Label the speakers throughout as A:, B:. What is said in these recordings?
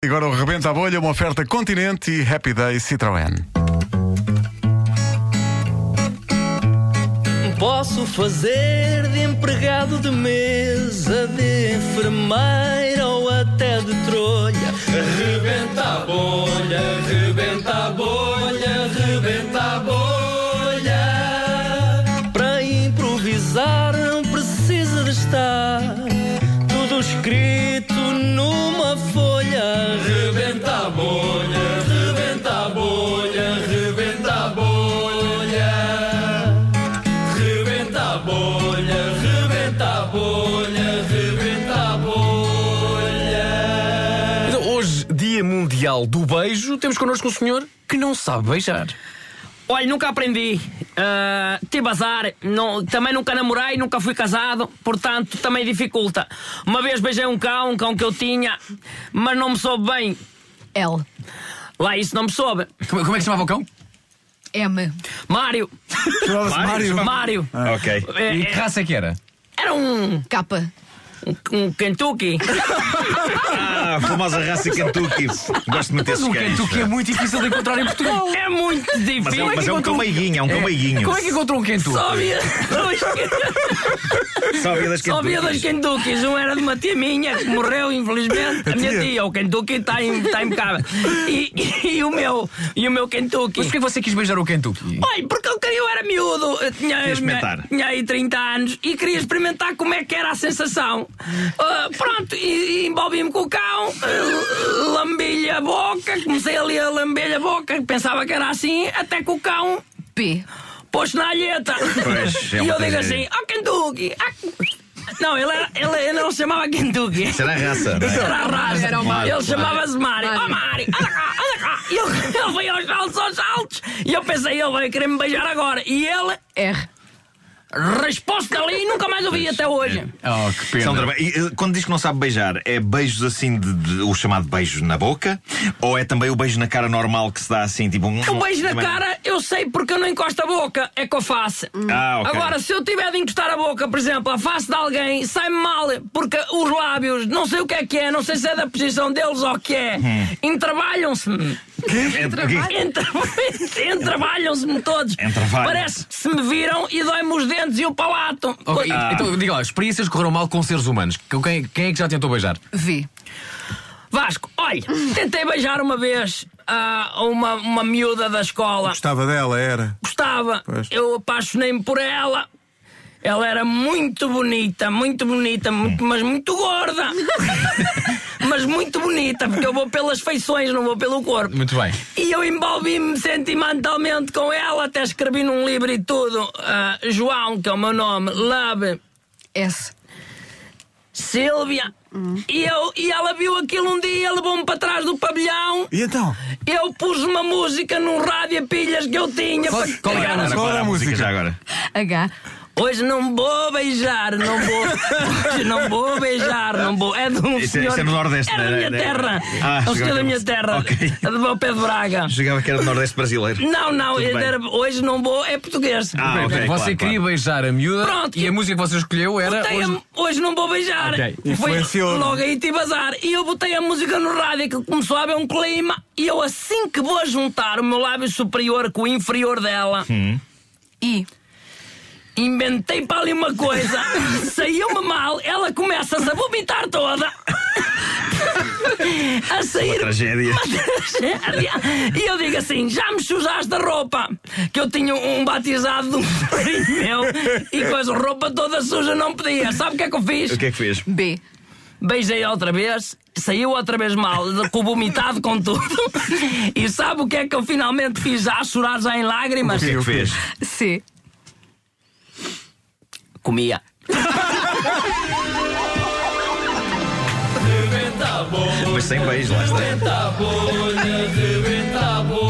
A: E Agora o Rebenta a Bolha, uma oferta Continente e Happy Day Citroën.
B: Posso fazer de empregado de mesa, de enfermeira ou até de trolha.
C: Rebenta a bolha, rebenta a bolha, rebenta a bolha.
B: Para improvisar não precisa de estar tudo escrito numa folha.
C: Rebenta a bolha, rebenta a bolha, rebenta a bolha. Rebenta a bolha, rebenta a bolha, rebenta a bolha.
D: Então, hoje, Dia Mundial do Beijo, temos connosco um senhor que não sabe beijar.
E: Olha, nunca aprendi. Ah, tive azar. Não, também nunca namorei, nunca fui casado. Portanto, também dificulta. Uma vez beijei um cão, um cão que eu tinha, mas não me soube bem.
F: L.
E: Lá isso não me soube.
D: Como, como é que se chamava o cão?
F: M.
E: Mário.
A: Chamava-se Mário.
E: Mário.
G: Ok.
E: É,
D: E
E: é,
D: que raça é que era?
E: era um,
F: K.
E: um, um Kentucky.
G: Ah, a famosa raça Kentucky. Gosto muito
D: Mas
G: desses
D: um
G: cães.
D: Kentucky é muito difícil de encontrar em Portugal.
E: É muito
G: Mas é,
E: difícil.
G: um- mas é um cão meiguinho, é um cão meiguinho.
D: Como é que encontrou um
E: Só
D: Kentucky?
E: havia dois,
G: Só havia das
E: só havia dois
G: Kentuckys.
E: Kentuckys. Um era de uma tia minha que morreu, infelizmente. A minha tia, o Kentucky, está im- está impecável. E, e, e o meu, e o meu Kentucky.
D: Mas porquê você quis beijar o Kentucky?
E: Olha, porque eu, queria- eu era miúdo, eu tinha,
G: Queria
E: tinha,
G: experimentar.
E: tinha aí 30 anos e queria experimentar como é que era a sensação. Ah, pronto, e, e envolvi-me com o cão, ah, lambi-lhe a boca, comecei ali a lamber-lhe a boca, pensava que era assim, até que o cão
F: P.
E: pôs na alheta.
G: Pois, é
E: e
G: uma
E: eu digo
G: tragédia.
E: assim: ó Kentucky! ah." Não, ele, era, ele, ele não se chamava Kentucky.
G: Será a raça? não é?
E: Era a raça.
F: Era o Mário.
E: Ele chamava-se Mário.
F: Mário.
E: Ó Mário, anda cá, anda cá. E ele, ele veio aos saltos, aos saltos. E eu pensei, ele vai querer me beijar agora. E ele,
F: R.
E: resposta ali, nunca mais ouvi até hoje.
D: Oh, que pena.
G: São traba- E, eh, Quando diz que não sabe beijar, é beijos assim, de, de- o chamado beijo na boca? Ou é também o beijo na cara normal que se dá assim, tipo um.
E: Um beijo na
G: também-
E: cara, eu sei porque eu não encosto a boca, é com a face.
G: Ah, ok.
E: Agora, se eu tiver de encostar a boca, por exemplo, à face de alguém, sai-me mal, porque os lábios, não sei o que é que é, não sei se é da posição deles ou o que é, entrabalham-se.
G: É- ok.
E: Entra- Entrabalham-se-me todos.
G: Entravalham-se.
E: Parece que se me viram e dói-me os dentes e o palato.
D: Ok,
E: Ah.
D: Então, diga lá, experiências que correram mal com seres humanos. Com Quem, quem é que já tentou beijar?
F: V.
E: Ah. Vasco, olha, tentei beijar uma vez a uma, uma miúda da escola.
A: Gostava dela, era.
E: Gostava, eu apaixonei-me por ela. Ela era muito bonita, muito bonita, muito- mas muito gorda. mas muito bonita, porque eu vou pelas feições, não vou pelo corpo.
D: Muito bem.
E: E eu envolvi-me sentimentalmente com ela, até escrevi num livro e tudo. Ah, João, que é o meu nome, Love,
F: S.
E: Sílvia. E, eu, e ela viu aquilo um dia, levou-me para trás do pavilhão.
A: E então?
E: Eu pus uma música num rádio a pilhas que eu tinha.
D: Qual-
E: para
D: qual era?
E: carregar.
G: Agora
A: Qual era
G: a
A: a música?
G: música já agora.
F: H.
E: Hoje não vou beijar, não vou. Hoje não vou beijar, não vou. É de um
G: Isso é-
E: senhor.
G: isso é no Nordeste,
E: Era da
G: não é?
E: minha terra.
G: Ah,
E: é o senhor
G: chegou
E: da
G: a
E: minha
G: cabeça.
E: terra.
G: Ok.
E: É do meu pé de Braga.
G: Chegava que era do Nordeste brasileiro.
E: Não, não,
G: Tudo bem.
E: era- hoje não vou, é português.
G: Ah, ok.
D: você
G: claro,
D: queria
G: claro.
D: beijar a miúda
E: Pronto,
D: e
E: eu-
D: a música que você escolheu era.
E: Botei a-
D: Hoje...
E: hoje... não vou beijar.
D: Ok. é?
E: Foi
A: Influenciou.
E: logo aí tive azar. E eu botei a música no rádio que começou a haver um clima. E eu assim que vou juntar o meu lábio superior com o inferior dela,
D: Hum.
F: I.
E: inventei para ali uma coisa. Saiu-me mal, ela começa-se a vomitar toda. a sair
G: Tragédia.
E: e eu digo assim: já me sujaste a roupa. Que eu tinha um batizado de um primo meu e com a roupa toda suja não podia. Sabe o que é que eu fiz?
G: O que é que fez?
F: B.
E: Beijei outra vez, saiu outra vez mal, com vomitado com tudo. E sabe o que é que eu finalmente fiz? Já a chorar, já em lágrimas?
G: O que é que fez?
F: C.
E: Comia.
C: Rebenta a bolha,
G: Mas sem beijo, lá está.
C: rebenta a bolha, rebenta a bolha.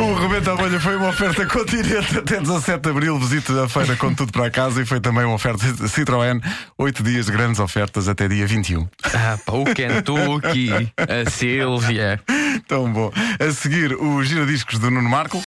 A: O Rebenta a Bolha foi uma oferta Continente até 17 de Abril. Visita a feira com tudo para casa e foi também uma oferta Citroën. Oito dias de grandes ofertas até dia 21.
D: Ah, pá, o Kentucky, a Silvia.
A: Tão bom. A seguir, o Giradiscos do Nuno Marco.